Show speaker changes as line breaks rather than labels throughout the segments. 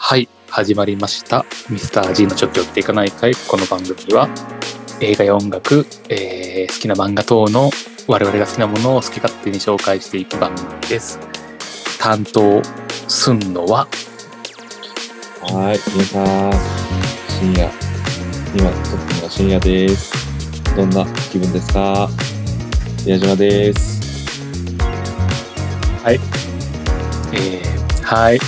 はい始まりました「ミスター g のちょっと寄っていかない会」この番組は映画や音楽、えー好きな漫画等の我々が好きなものを好き勝手に紹介していく番組です担当すんのは
はい、皆さん、深夜、今撮ってるのが深夜です。どんな気分ですか宮島です。
えーはい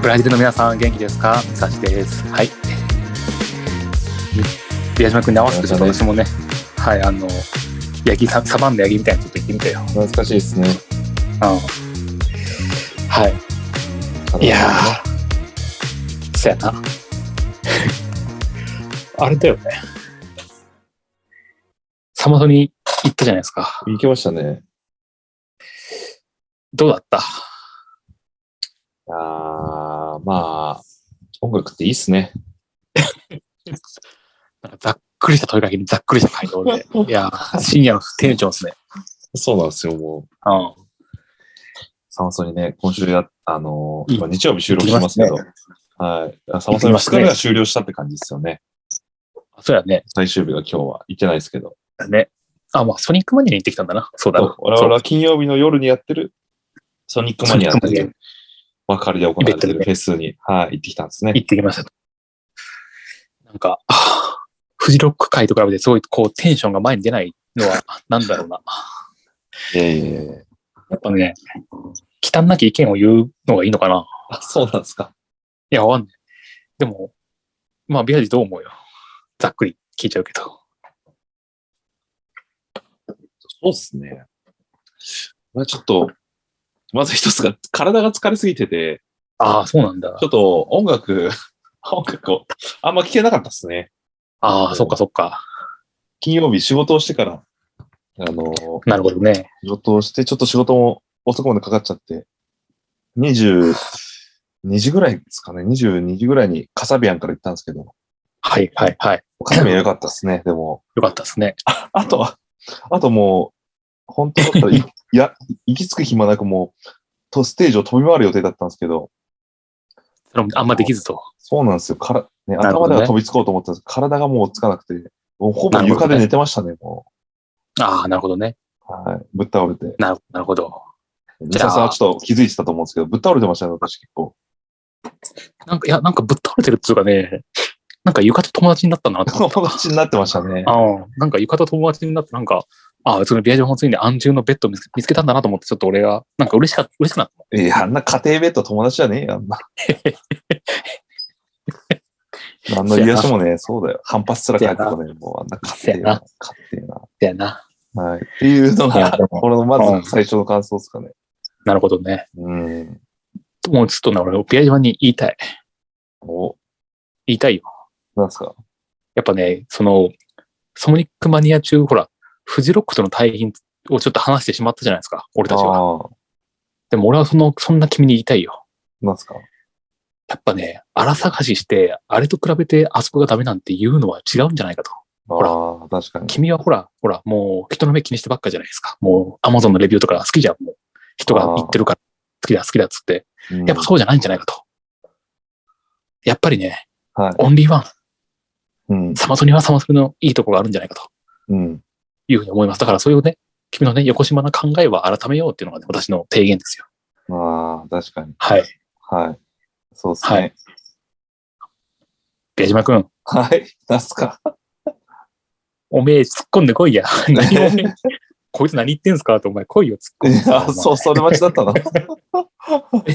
ブラジルの皆さん元気ですか武蔵ですはい矢島君に合わせてちょっと私もねはいあのヤギササバンナヤギみたいにちょっと言ってみたよ
懐かしいですね。
うんはい。いやー、そやな。 あれだよね。サマソに行ったじゃないですか。
行きましたね。
どうだった
あー、まあ、音楽っていいっすね。
なんかざっくりした問いかけにざっくりした回答 で。いやー、深夜のテンションですね。
そうなんですよ、もう。
うん。
サマソにね、今週や、あのー
いい
まあ日曜日収録してますけど、
行き
はい。あサマソに2日目が終了したって感じですよね。
そうやね。
最終日が今日は行ってないですけど。
だね。あ、まあ、ソニックマニアに行ってきたんだな。そうだ
そう
な。
我々は金曜日の夜にやってる、ソニックマニアって
ソニッ
い
クマニ
う、別れで行われて
イベント
る
で
フェスに、はい、行ってきたんですね。
行ってきました。なんか、はあフジロック界と比べてすごいこうテンションが前に出ないのはなんだろうな。
いやいやいや
やっぱね、汚なき意見を言うのがいいのかな。
あ、そうなんですか。
いや、わかんない。でも、まあ、ビアジどう思うよ。ざっくり聞いちゃうけど。
そうっすね。まあちょっと、まず一つが、体が疲れすぎてて、
ああ、そうなんだ
ち。ょっと音楽、 音楽をあんま聞けなかったですね。
ああ、そっかそっか。
金曜日仕事をしてから、あの、
なるほどね。
仕事をして、ちょっと仕事も遅くまでかかっちゃって、22時ぐらいですかね、22時ぐらいにカサビアンから行ったんですけど、
はいはいはい。
カサビアン良かったですね、でも。
よかったですね。
あとは、あともう、本当 だったらい、いや、行き着く暇なくもう、とステージを飛び回る予定だったんですけど、
それもあんまできずと。
そうなんですよ。からね、
なるほど
頭で
ね
は飛びつこうと思ったんですけど、体がもうつかなくて、もうほぼ
なるほど
床
ね
で寝てましたね、も
ああ、なるほどね。
う。はい。ぶっ倒れて。
なるなるほど。
ミサさんはちょっと気づいてたと思うんですけど、ぶっ倒れてましたね、私 結構。
なんか、いや、なんかぶっ倒れてるっていうかね、なんか床と友達になったなと思った
友達になってましたね。
ああ、なんか床と友達になって、なんか、ああ、そのビアジョン本当にね、安住のベッド見つ見つけたんだなと思って、ちょっと俺が、なんか嬉しかった、嬉しくなった。
いや、あんな家庭ベッド友達じゃねえよ、あん な。何の癒しもね、そうだよ。反発すら返ってこない。もうあんな家庭な。家庭
だよな。
な。はい。っていうの
いや
が
で、も
これの
う
ま
ん
ず最初の感想ですかね。
なるほどね。
うん。
もうちょっとな、俺、ビアジョンに言いたい。
お、
言いたいよ。
なんすか
やっぱね、その、ソニックマニア中、ほら、フジロックとの対比をちょっと話してしまったじゃないですか、俺たちは。
ああ、
でも俺はその、そんな君に言いたいよ。
なんすか
やっぱね、荒探しして、あれと比べてあそこがダメなんて言うのは違うんじゃないかと。
ああ、確かに。
君はほら、ほら、もう人の目気にしてばっかじゃないですか。もう、アマゾンのレビューとか好きじゃん、もう。人が言ってるから、好きだ、好きだっつって。
うん
やっぱそうじゃないんじゃないかと。やっぱりね、
はい。
オンリーワン、
うん。
サマソニはサマソニのいいところがあるんじゃないかと。
うん。
いうふうに思います。だからそういうね、君のね、横島な考えは改めようっていうのが、ね、私の提言ですよ。
ああ、確かに。
はい。
はい。そうっす
は
ね
い。矢島くん、
はい。 なん すか
おめえ突っ込んでこ いや。何をおめえ、こいつ何言ってんすかってお前来いよ、突っ込んで。
あ、そう、それ待ち だったな。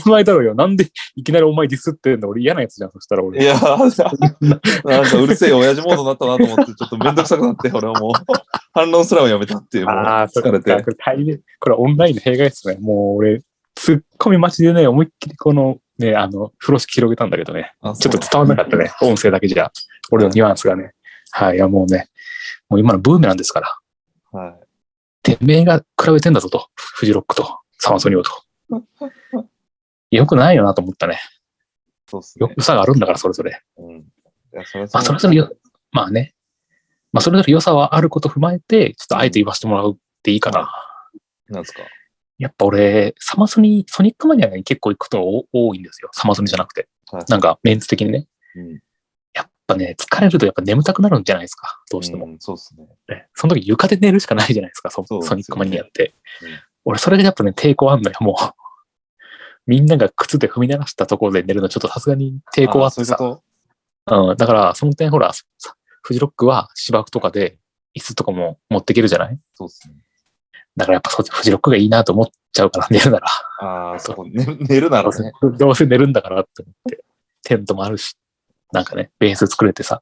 お前だろうよ。なんでいきなりお前ディスってんの俺嫌なやつじゃん、そしたら俺。
いやー、なんかうるせえ親父モードになったなと思って、ちょっとめんどくさくなって、俺はもう、反論すらもやめたっていう、もう
ああ、そ
疲れ
れ
て
か。。これ大変。これオンラインの弊害ですね。もう俺、突っ込み待ちでね、思いっきりこの、ね、あの、風呂敷広げたんだけどね。
あ
ちょっと伝わんなかったね。音声だけじゃ。俺のニュアンスがね。はい。いや、もうね、もう今のブーメランですから。
た。はい。
てめえが比べてんだぞと。フジロックとサマソニオと。よくないよなと思ったね。
そうっす
よ
ね。
良さがあるんだから、それぞれ。
うん。いや、それ
まあ、それぞれよ、まあね。まあ、それぞれ良さはあることを踏まえて、ちょっとあえて言わせてもらうっていいかな。
なんですか
やっぱ俺、サマソニ、ソニックマニアに結構行くことが多多いんですよ。サマソニじゃなくて。
はい
なんか、メンツ的にね。
うん。
やっぱね、疲れるとやっぱ眠たくなるんじゃないですか。どうしても。
んそうですね。
ねその時床で寝るしかないじゃないですか、そ
そうです
ソ
よ
ニ
ね
ックマニアって。
うん
俺、それでやっぱね、抵抗あんのよ、もう。みんなが靴で踏み鳴らしたところで寝るの、ちょっとさすがに抵抗あってさ。
あーそういうこ
うん、だから、その点、ほら、さフジロックは芝生とかで、椅子とかも持っていけるじゃない
とそうですね。
だからやっぱそフジロックがいいなと思っちゃうから、寝るなら。
ああ、そう、ね、寝るならね。
どうせ寝るんだからって思って。テントもあるし、なんかね、ベース作れてさ。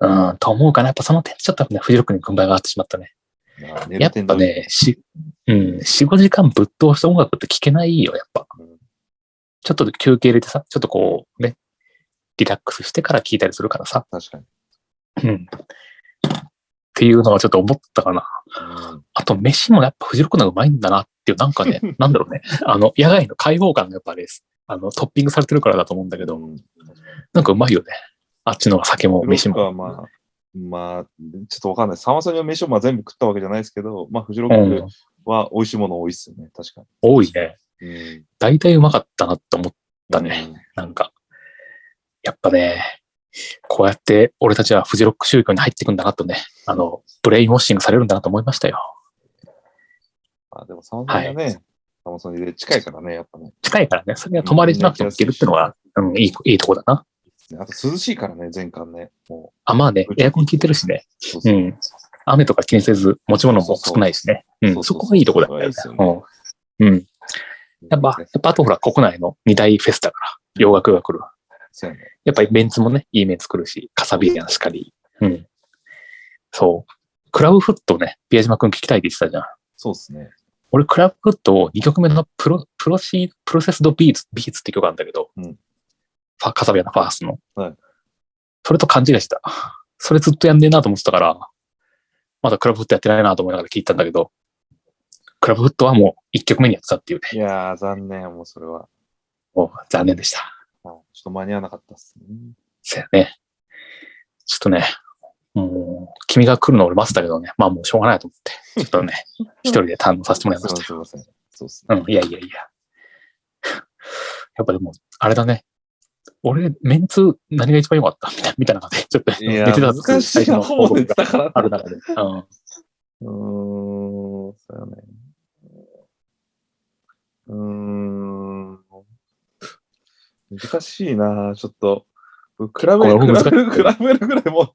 うん
うん、と思うかな。やっぱその点、ちょっとやっぱね、フジロックに軍配が上がってしまったね。
まあ寝
や
る
っ
点
ぱ
だ
ね、し、うん、4、5時間ぶっ通した音楽って聞けないよ、やっぱ
うん。
ちょっと休憩入れてさ、ちょっとこう、ね、リラックスしてから聞いたりするからさ。
確かに。
うん。っていうのはちょっと思ったかな。
うん
あと、飯もやっぱ藤六の方がうまいんだなっていう、なんか ね、なんだろうね。あの、野外の開放感がやっぱあれです。あの、トッピングされてるからだと思うんだけど、
うん
なんかうまいよね。あっちの方が酒も飯
フジロック
も。
はまあ、まあ、ちょっとわかんない。サマソニの飯をまあ全部食ったわけじゃないですけど、まあ、フジロッ
う
ク
ん
は美味しいもの多いっすよね。確か
多いね。
に。うん。
大体うまかったなって思ったね。なんか、やっぱね、こうやって俺たちはフジロック宗教に入っていくんだなとね、あの、ブレインウォッシングされるんだなと思いましたよ。
まあ、でもサマソニはね、サマソニで近いからね、やっぱね。
近いからね、それが泊まりじゃなくても行けるってのは、うん、いい、いいとこだな。
あと涼しいからね、全館ね。も
あ、まあね、エアコン効いてるしね、
う、そうそう
うん雨とか気にせず持ち物も少ないしね。う
そ
ん、
う
そ
そうそう
こがいいとこだよ
い
ね
いっすよ。ね
うん。うんやっぱ、やっぱあとほら、国内の二大フェスだから、洋楽が来るわ。
そうやね。
やっぱりメンツもね、いいメンツ来るし、カサビアンしかり。うん。そう。クラブフットをね、宮島くん聞きたいって言ってたじゃん。
そうですね。
俺、クラブフットを2曲目のプロ、プロシー、プロセスドビーツ、ビーツって曲があるんだけど、
うん
ファカサビアのファーストの。
はい
それと勘違いした。それずっとやんねえなと思ってたから、まだクラブフットやってないなと思いながら聞いたんだけど、クラブフットはもう1曲目にやってたっていうね。
いやー、残念、もうそれは。
もう残念でした。
まあちょっと間に合わなかったっすね。
そうやね。ちょっとね、もう、君が来るの俺待ってたけどね、まあもうしょうがないと思って、ちょっと ね、一人で堪能させてもらいました。
すいません。すいませんそうっすね。
うん、いやいやいや。やっ ぱでも、あれだね。俺、メンツ、何が一番良かったみたいなみたいな感じで、ちょっと
いや
寝てた
ー、難しいな、ほぼ出てたから。
ある中で。うん。
うーん、そうやね。うーん。難しいなちょっと。比べる、
これも
比
難しい
べる、比べるぐ らいも、比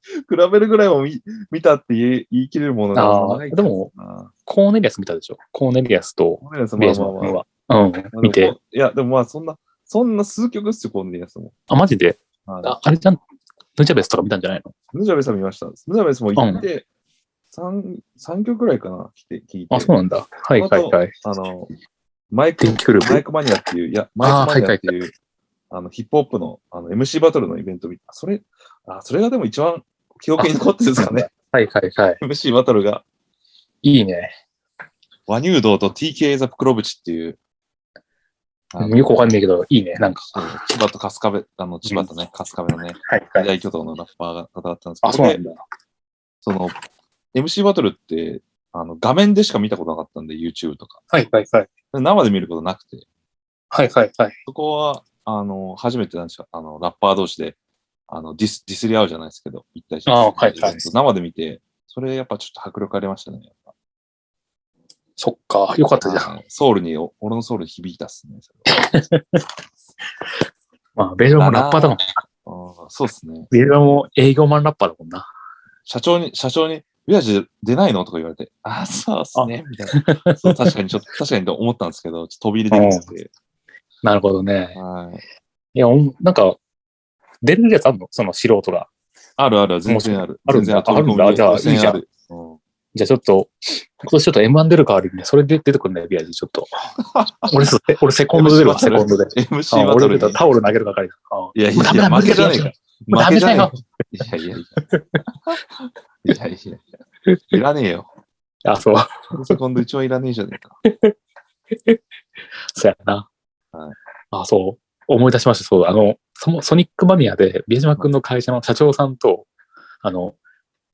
べるぐらいも見見たって言い言い切れるもの
あ
が
あ
ない
でも、
な。
コーネリアス見たでしょコーネリアスと、
コーネリアス、ま
ベー
あ
ジ
ま
マ
あ
君
ま
は。うん、
あ。
見
で
て
も。。いや、でもまあ、そんな、そんな数曲っすよ、コーネリアスも。
あ、マジで。
はい
ああれじゃん。ヌチャベスとか見たんじゃないの
ヌジャベスは見ました。ヌジャベスも行って、三三曲ぐらいかな、来て、聞いて。
あ、そうなんだ。はい
そ
は
の
い
後
はい。
あの、マイク
電気クルー
マイ
プ。
クマニアっていう、いや、マイクマニアって
あー
いう、あの、ヒップホップの、あの、MC バトルのイベント見た、それ、あ、それがでも一番記憶に残ってるんです かね。
はいはいはい。
MC バトルが、
いいね。
ワニュードと TK ザ・プクロブチっていう、あ
うんよくわかんないけど、いいね。なんか。
そう千葉と春日部、あの、千葉とね、春日部のね、
はいは
大
い。
大巨頭のラッパーが戦ったんですけど、
あ、そうな
で
んだ。
その、MC バトルって、あの、画面でしか見たことなかったんで、YouTube とか。
はいはいはい。
で生で見ることなくて、
はいはいはい。
そこは、あの、初めてなんですよ。あの、ラッパー同士で、あの、ディス、ディスり合うじゃないですけど、一対一。
あーはいはい
生で見て、それやっぱちょっと迫力ありましたね。やっぱ
そっか。よかったじゃん。
あのソウルに、お俺のソウルに響いたっすね。それ
まあ、ベージョンもラッパーだもん。
はあーそうっすね。
ベージョンも営業マンラッパーだもんな。
社長に、社長に、ビアジュ出ないのとか言われて、ああ、そうっすね。みたいな。そう、確かにちょっと、確かにと思ったんですけど、ちょっと飛び入りできなくて。
なるほどね。
はい。
いや、おんなんか、出れるやつあんのその素人が。
あるある、全然ある。
あるん
全然
だあるんだ
飛び込みで
じゃあ
予選
いいじゃん
あるうん
じゃあちょっと、今年ちょっと M1 出る代わりにね、それで出てくんね、ビアジちょっ と。俺そ、俺セコンド出るわ、セコンドで。あ
MC バト
俺
ル
だ
に
と。タオル投げる係だ。あ
いやいや
もう
い
ダメ
や、
だ
負けじゃねえか。
もうダメだよ。
いやいやいや。いやいやいや。いらねえよ。
あ、そう。
セコンド一番いらねえじゃねえか。
そうやな。
はい
あ、そう。思い出しました。そうだ。あの、そのソニックマニアで、ビエジマ君の会社の社長さんと、あの、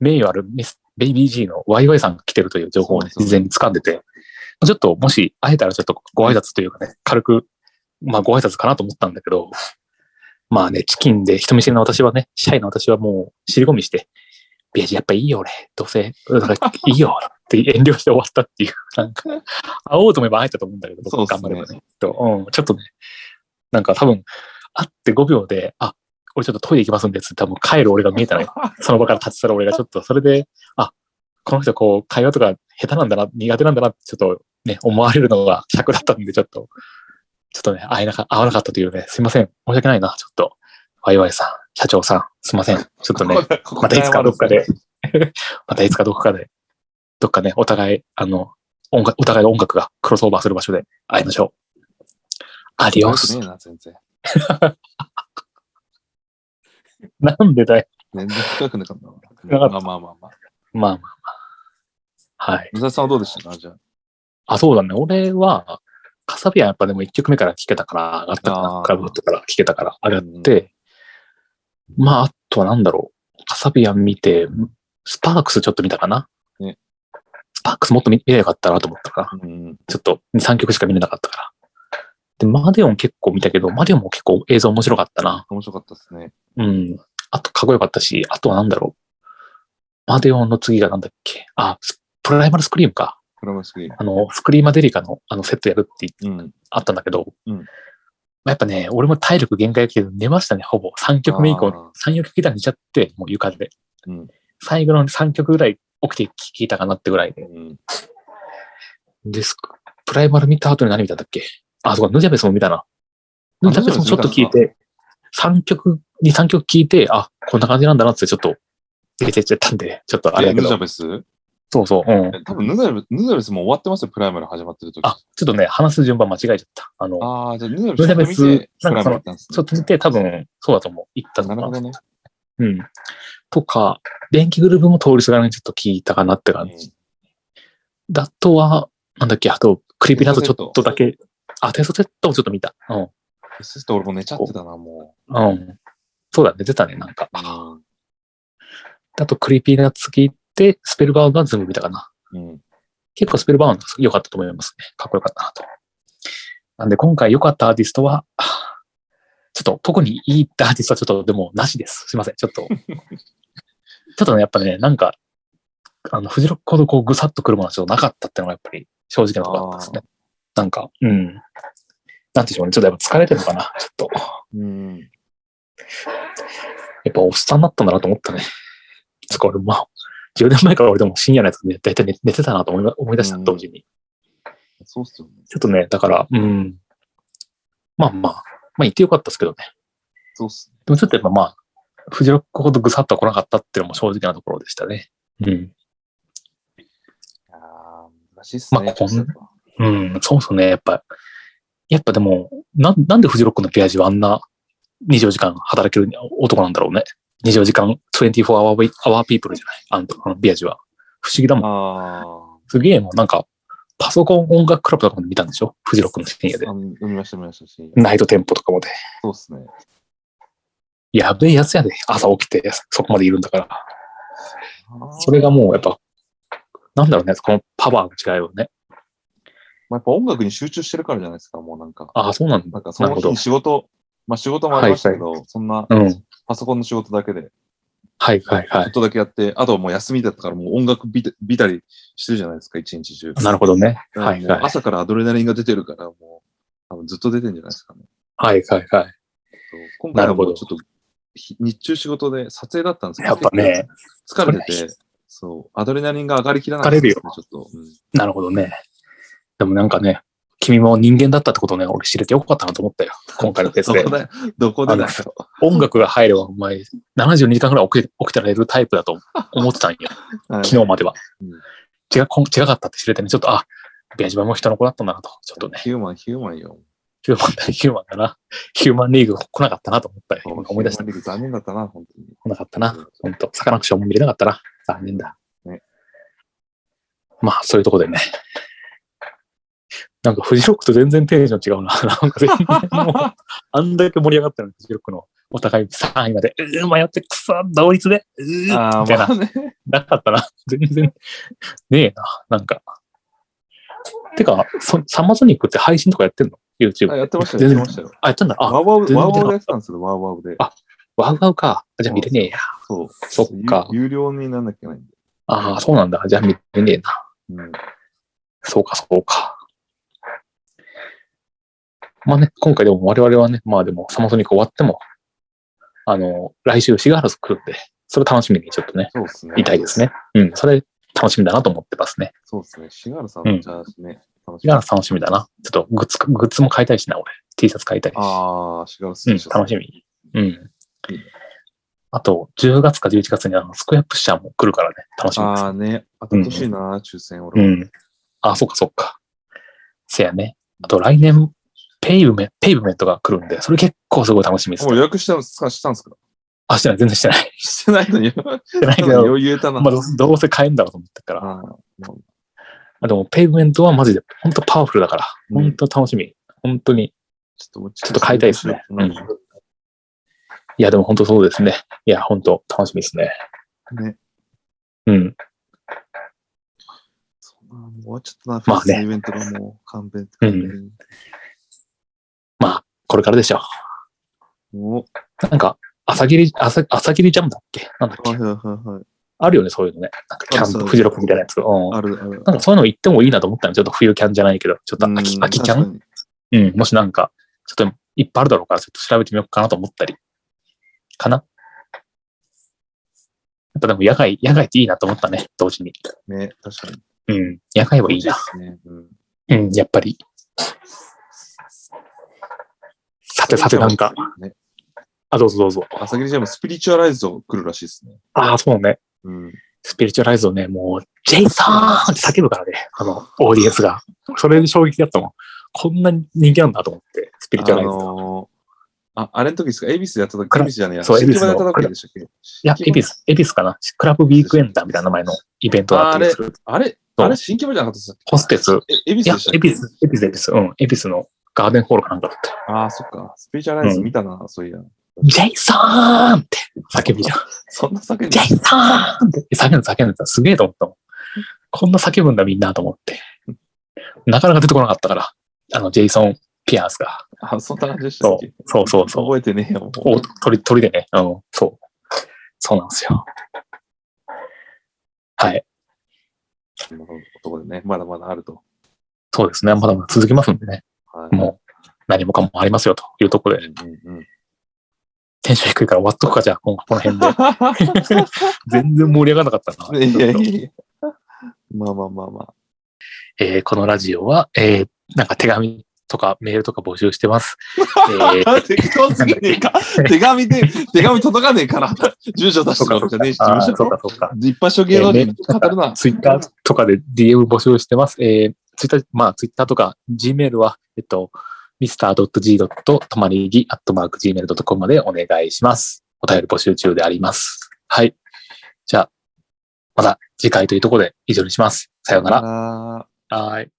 名誉あるミス、ベイビー G のワイワイさんが来てるという情報をね、
そうそう
事前に掴んでて、ちょっと、もし会えたらちょっとご挨拶というかね、軽く、まあご挨拶かなと思ったんだけど、まあね、チキンで人見知りの私はね、シャイの私はもう尻込みして、ビアジやっぱいいよ俺、どうせ、だからいいよって遠慮して終わったっていう、 なんか、会おうと思えば会えたと思うんだけど、
そうっすね
頑張ればね。とうん、ちょっとね、なんか多分、会って5秒で、あ、俺ちょっとトイレ行きますんで、つって多分帰る俺が見えたのよ。その場から立ち去る俺がちょっと、それで、あ、この人こう、会話とか下手なんだな、苦手なんだなって、ちょっとね、思われるのが 尺だったんで、ちょっと、ちょっとね、会えなか、会わなかったというね、すいません。申し訳ないな、ちょっと。ワイワイさん、社長さん、すいません。ちょっとね、またいつかどっかで。、またいつかどこかで、どっかね、お互い、あの、音楽、お互いの音楽がクロスオーバーする場所で会いましょう。アディオ
よ
ス。
くねえな、全然。
なんでだよ。
全然深くなかった
な
な。
かった
まあまあまあま
まあ
あ。
まあまあ。はい。
武蔵さんはどうでしたかじゃあ。
あ、そうだね。俺は、カサビアンやっぱでも1曲目から聴けたから、上がったかな
あー、
クラブフットから聴けたから、上がって、まあ、あとはなんだろう。カサビアン見て、スパークスちょっと見たかな。
ね
スパークスもっと見見ればよかったなと思ったから、
うん。
ちょっと2、3曲しか見れなかったから。で、マデオン結構見たけど、マデオンも結構映像面白かったな。
面白かったですね。
うん。あと、かっこよかったし、あとはなんだろう。マデオンの次がなんだっけ。あ、スプライマルスクリームか。
プロマスクリーン
あの、スクリーマデリカのあのセットやるって
うん。
あったんだけど、
うん
まあやっぱね、俺も体力限界だけど寝ましたね、ほぼ。3曲目以降に
あー、
3、4曲以降寝ちゃって、もう床で。
うん
最後の3曲ぐらい起きて聴いたかなってぐらいで。
うん。
ですプライマル見た後に何見たんだっけあ、そうか、ヌジャベスも見たな。ヌジャベスもちょっと聴いて、3曲、2、3曲聴いて、あ、こんな感じなんだなってちょっと出てっちゃったんで、ちょっとあ
あ
れ
れ、
だけ
ヌジャ
ど。
ベス
そうそう、うん。
え多分ヌジャベス、ヌジャベスもう終わってますよ、プライマル始まってる時。
あ、ちょっとね、話す順番間違えちゃった。あの、
あー、じゃあヌジャベスちょ
ヌジャ
っと見て
ベ、ス
プ
なん
ラ
か
イマル行ったんですね
ちょっと見て、多分、そうだと思う。行ったの
な
か
るほどね。
うん。とか、電気グループも通りすがらにちょっと聞いたかなって感じ。だとは、なんだっけ、あと、クリピナとちょっとだけ、あ、テストセットもちょっと見た。うん。
そして俺も寝ちゃってたな、も
うん。そうだね、出たね、なんか。
う。
あと、クリピーナッツ聞いて、スペルバーガーズム見たかな。
うん。うん
結構スペルバーガー良かったと思いますね。かっこよかったなと。なんで、今回良かったアーティストは、あちょっと、特にいいアーティストはちょっと、でも、なしです。すいません。ちょっと、 ちょっとね、やっぱね、なんか、あの、フジロックほどこう、ぐさっとくるものはちょっとなかったっていうのが、やっぱり、正直なところだったですね。なんか、うん。なんていうんでしょうね。ちょっとやっぱ疲れてるのかな。ちょっと、
うん。
やっぱおっさんになったんだなと思ったね。 つうか、俺、まあ、10年前から俺でも深夜のやつで、だいたい寝寝てたなと思い思い出した、
うん
同時に。
そうっすよね。
ちょっとね、だから、うん。まあまあ、まあ言ってよかったですけどね。
そうっすね。
でもちょっとやっぱまあ、フジロックほどぐさっとは来なかったっていうのも正直なところでしたね。うん。
あー難しいっすね。
まあこんうん、そうそうね、やっぱ。やっぱでも、なんなんでフジロックのペアージはあんな24時間働ける男なんだろうね。24時間24 hour, we- hour people じゃないあの、あのビアージは。不思議だもん。
あ
すげえもうなんか、パソコン音楽クラブとかも見たんでしょフジロックの深夜で
ー。あ。うん見ました、見ましたし。
ナイトテンポとかもで。
そうっすね。
やべえやつやで。朝起きて、そこまでいるんだから。それがもうやっぱ、なんだろうね、このパワーの違いをね。
まあ、やっぱ音楽に集中してるからじゃないですか、もうなんか。
ああ、そうなんだ。
なんかその日に仕事、まあ仕事もありましたけど、そんな
うん。
パソコンの仕事だけで、
はいはい
ちょ
は
っとだけやって、あとはもう休みだったからもう音楽びたびたりしてるじゃないですか、一日中。
い。なるほどね。
だから
はいはい
もう。朝からアドレナリンが出てるから、もう、多分ずっと出てんじゃないですかね。
はいはいはい。
そう今回はも
な
う
る
ち
ほ
ょっとひ日中仕事で撮影だったんですけど
やっぱね、
結構疲れてて、そう、アドレナリンが上がりきらなかったんですね、ちょっと。うん
なるほどね。でもなんかね、君も人間だったってことをね、俺知れてよかったなと思ったよ。今回のフェス で
どこ。だよどこでだよ。
音楽が入れば、お前、72時間ぐらい起き起きてられるタイプだと思ってたんよ。
はい
昨日までは
うん。
違うこん違かったって知れてね、ちょっと、あ、ビアジバも人の子だったんだなと、ちょっとね。
ヒューマン、ヒューマンよ。
ヒューマンだ、ヒューマンだな。ヒューマンリーグ来なかったなと思ったよ。今思い出した。
ヒューマンリーグ残念だったな、本当に。
来なかったな。本当サカナクションも見れなかったな。残念だ。
ね
まあ、そういうとこでね。なんか、フジロックと全然テンション違うな。 なんか全然もう、あんだけ盛り上がったのに、フジロックのお互い3位まで、うー迷って、くそ、同率で、うー
あ
みたいな
あ、まあ。ね。
なかったな。全然、ねえな。なんか。てか、そサマーソニックって配信とかやってんの ?YouTube。
あ、やってました
全
よ。や
然
ってましたよ。
あ、やったんだ。あ、
ワーワウ、
全然
ワーワウでやってたんですよ、ワーワウで
あ。ワウワウか。じゃあ見れねえや。
そう。
そっか
ゆ有料にならなきゃいけないんで。
ああ、そうなんだ。じゃあ見れねえな。
うん。
そうか、そうか。まあね、今回でも我々はね、まあでもサマソニック終わっても、あの、来週、シガハラス来るんで、それ楽しみにちょっとね、
そうですね。
見たいです。ね。うん、それ楽しみだなと思ってますね。
そうですね。シガールさん
う
の
ん
チャージね。楽し
シガハラス楽しみだな。ちょっとグッズ、グッズも買いたいしな、俺。T シャツ買いたいし。
ああ、シガール
う
さ
ん、楽
み。
しみ。うん。あと、10月か11月にあの、スクエアプッシャーも来るからね、楽しみです
あ。あね。当たってほしいな、抽選
う
俺は。
ん。あ、そっかそっか。せやね。あと来年、ペイブメント、ペイブメントが来るんで、それ結構すごい楽しみです
もう。予約したんすかしたんですか
あ、してない、全然して ない。
してないのに。
してないけど、
余裕だな。
まあ、どうどうせ買えんだろうと思ってたから。
あー
あでも、ペイブメントはマジで、本当パワフルだから、
うん
本当楽しみ。本当に。
ちょっともうち
ちょっと買いたいですね
うん
うんいや、でも本当そうですね。いや、本当楽しみですね。
ね。
うん。
そんなもう終わっちゃったな、フ
ま
ェ
あ
ス
ね
のイベントがもう勘弁。
うんまあ、これからでしょ
も
う。なんか、朝霧、朝、朝霧ジャムだっけなんだっ
う、は
け
いはいはいはい。
あるよね、そういうのね。なんかキャ
あそう
ンプ、フジロックみたいなやつ。うん。
あるある。
なんかそういうの行ってもいいなと思ったの。ちょっと冬キャンじゃないけど、ちょっと秋
うん
秋キャン
確か
うん、もしなんか、ちょっといっぱいあるだろうから、ちょっと調べてみようかなと思ったり、かな。やっぱでも野外、野外っていいなと思ったね、同時に。
にね、確かに。
うん、野外はいい
で
な。
すね。うん
うん、やっぱり。さてさてなんか、。
ね、
あ、どうぞどうぞ。
朝霧ジャム、スピリチュアライズを来るらしいですね。
ああ、そうね。
うん。
スピリチュアライズをね、もう、ジェイソーンって叫ぶからね、あの、オーディエンスが。それで衝撃だったもん。こんなに人気なんだと思って、スピリチュアライズが。
あのーあ、あれの時ですか、恵比寿でやった時、
ク
恵
ラ
比寿じゃないや、
そう
新木場でやっ
恵
た
比寿の
時でしたっけい
いや、エビス、エビスかな。クラブウィークエンダーみたいな名前のイベントだったりする。
あれ
そう
あれ新規場じゃなかったです
ホステス。い
え、恵比寿
や
でした、
エ
っけ
ビス、エビス、エビス。うん、エビスのガーデンホールかなんかだった。
ああ、そっか。スピリチュアライズ
うん
見たな、そういや。
ジェイソーンって叫ぶじゃん。
そんな叫んで
ジェイソーンって叫んで叫んでた。すげえと思ったもん。こんな叫ぶんだみんなと思って。なかなか出てこなかったから。あの、ジェイソン・ピアースが。
あ、そんな感じでしたっけ
そうそうそう。
覚えてねえよ、も
お鳥、鳥でね。うん、そう。そうなんですよ。 はい。
う。このところでね、まだまだあると。
そうですね。まだまだ続きますんでね。
はい。
もう何もかもありますよというところで、
うんうんうん。
テンション低いから終わっとくか、じゃあ、このこの辺 で。全然盛り上がらなかったな。
いやいやいや。まあまあまあま あ。
えーこのラジオは、えーなんか手紙とかメールとか募集して ます。えー
適当すぎねえか。手紙で、手紙届かねえから。住所出してるわけじゃねえし、事
あ
務
ー
所
そうか、そうか。
一般書芸能人語るな。
ツイッターとかで DM 募集してます。えー、ツイッター、まあ、ツイッターとか Gmail は、えっと、mr.g.tomarigi.gmail.com までお願いします。お便り募集中であります。はい。じゃあ、また次回というところで以上にします。さようなら。
あー
はい。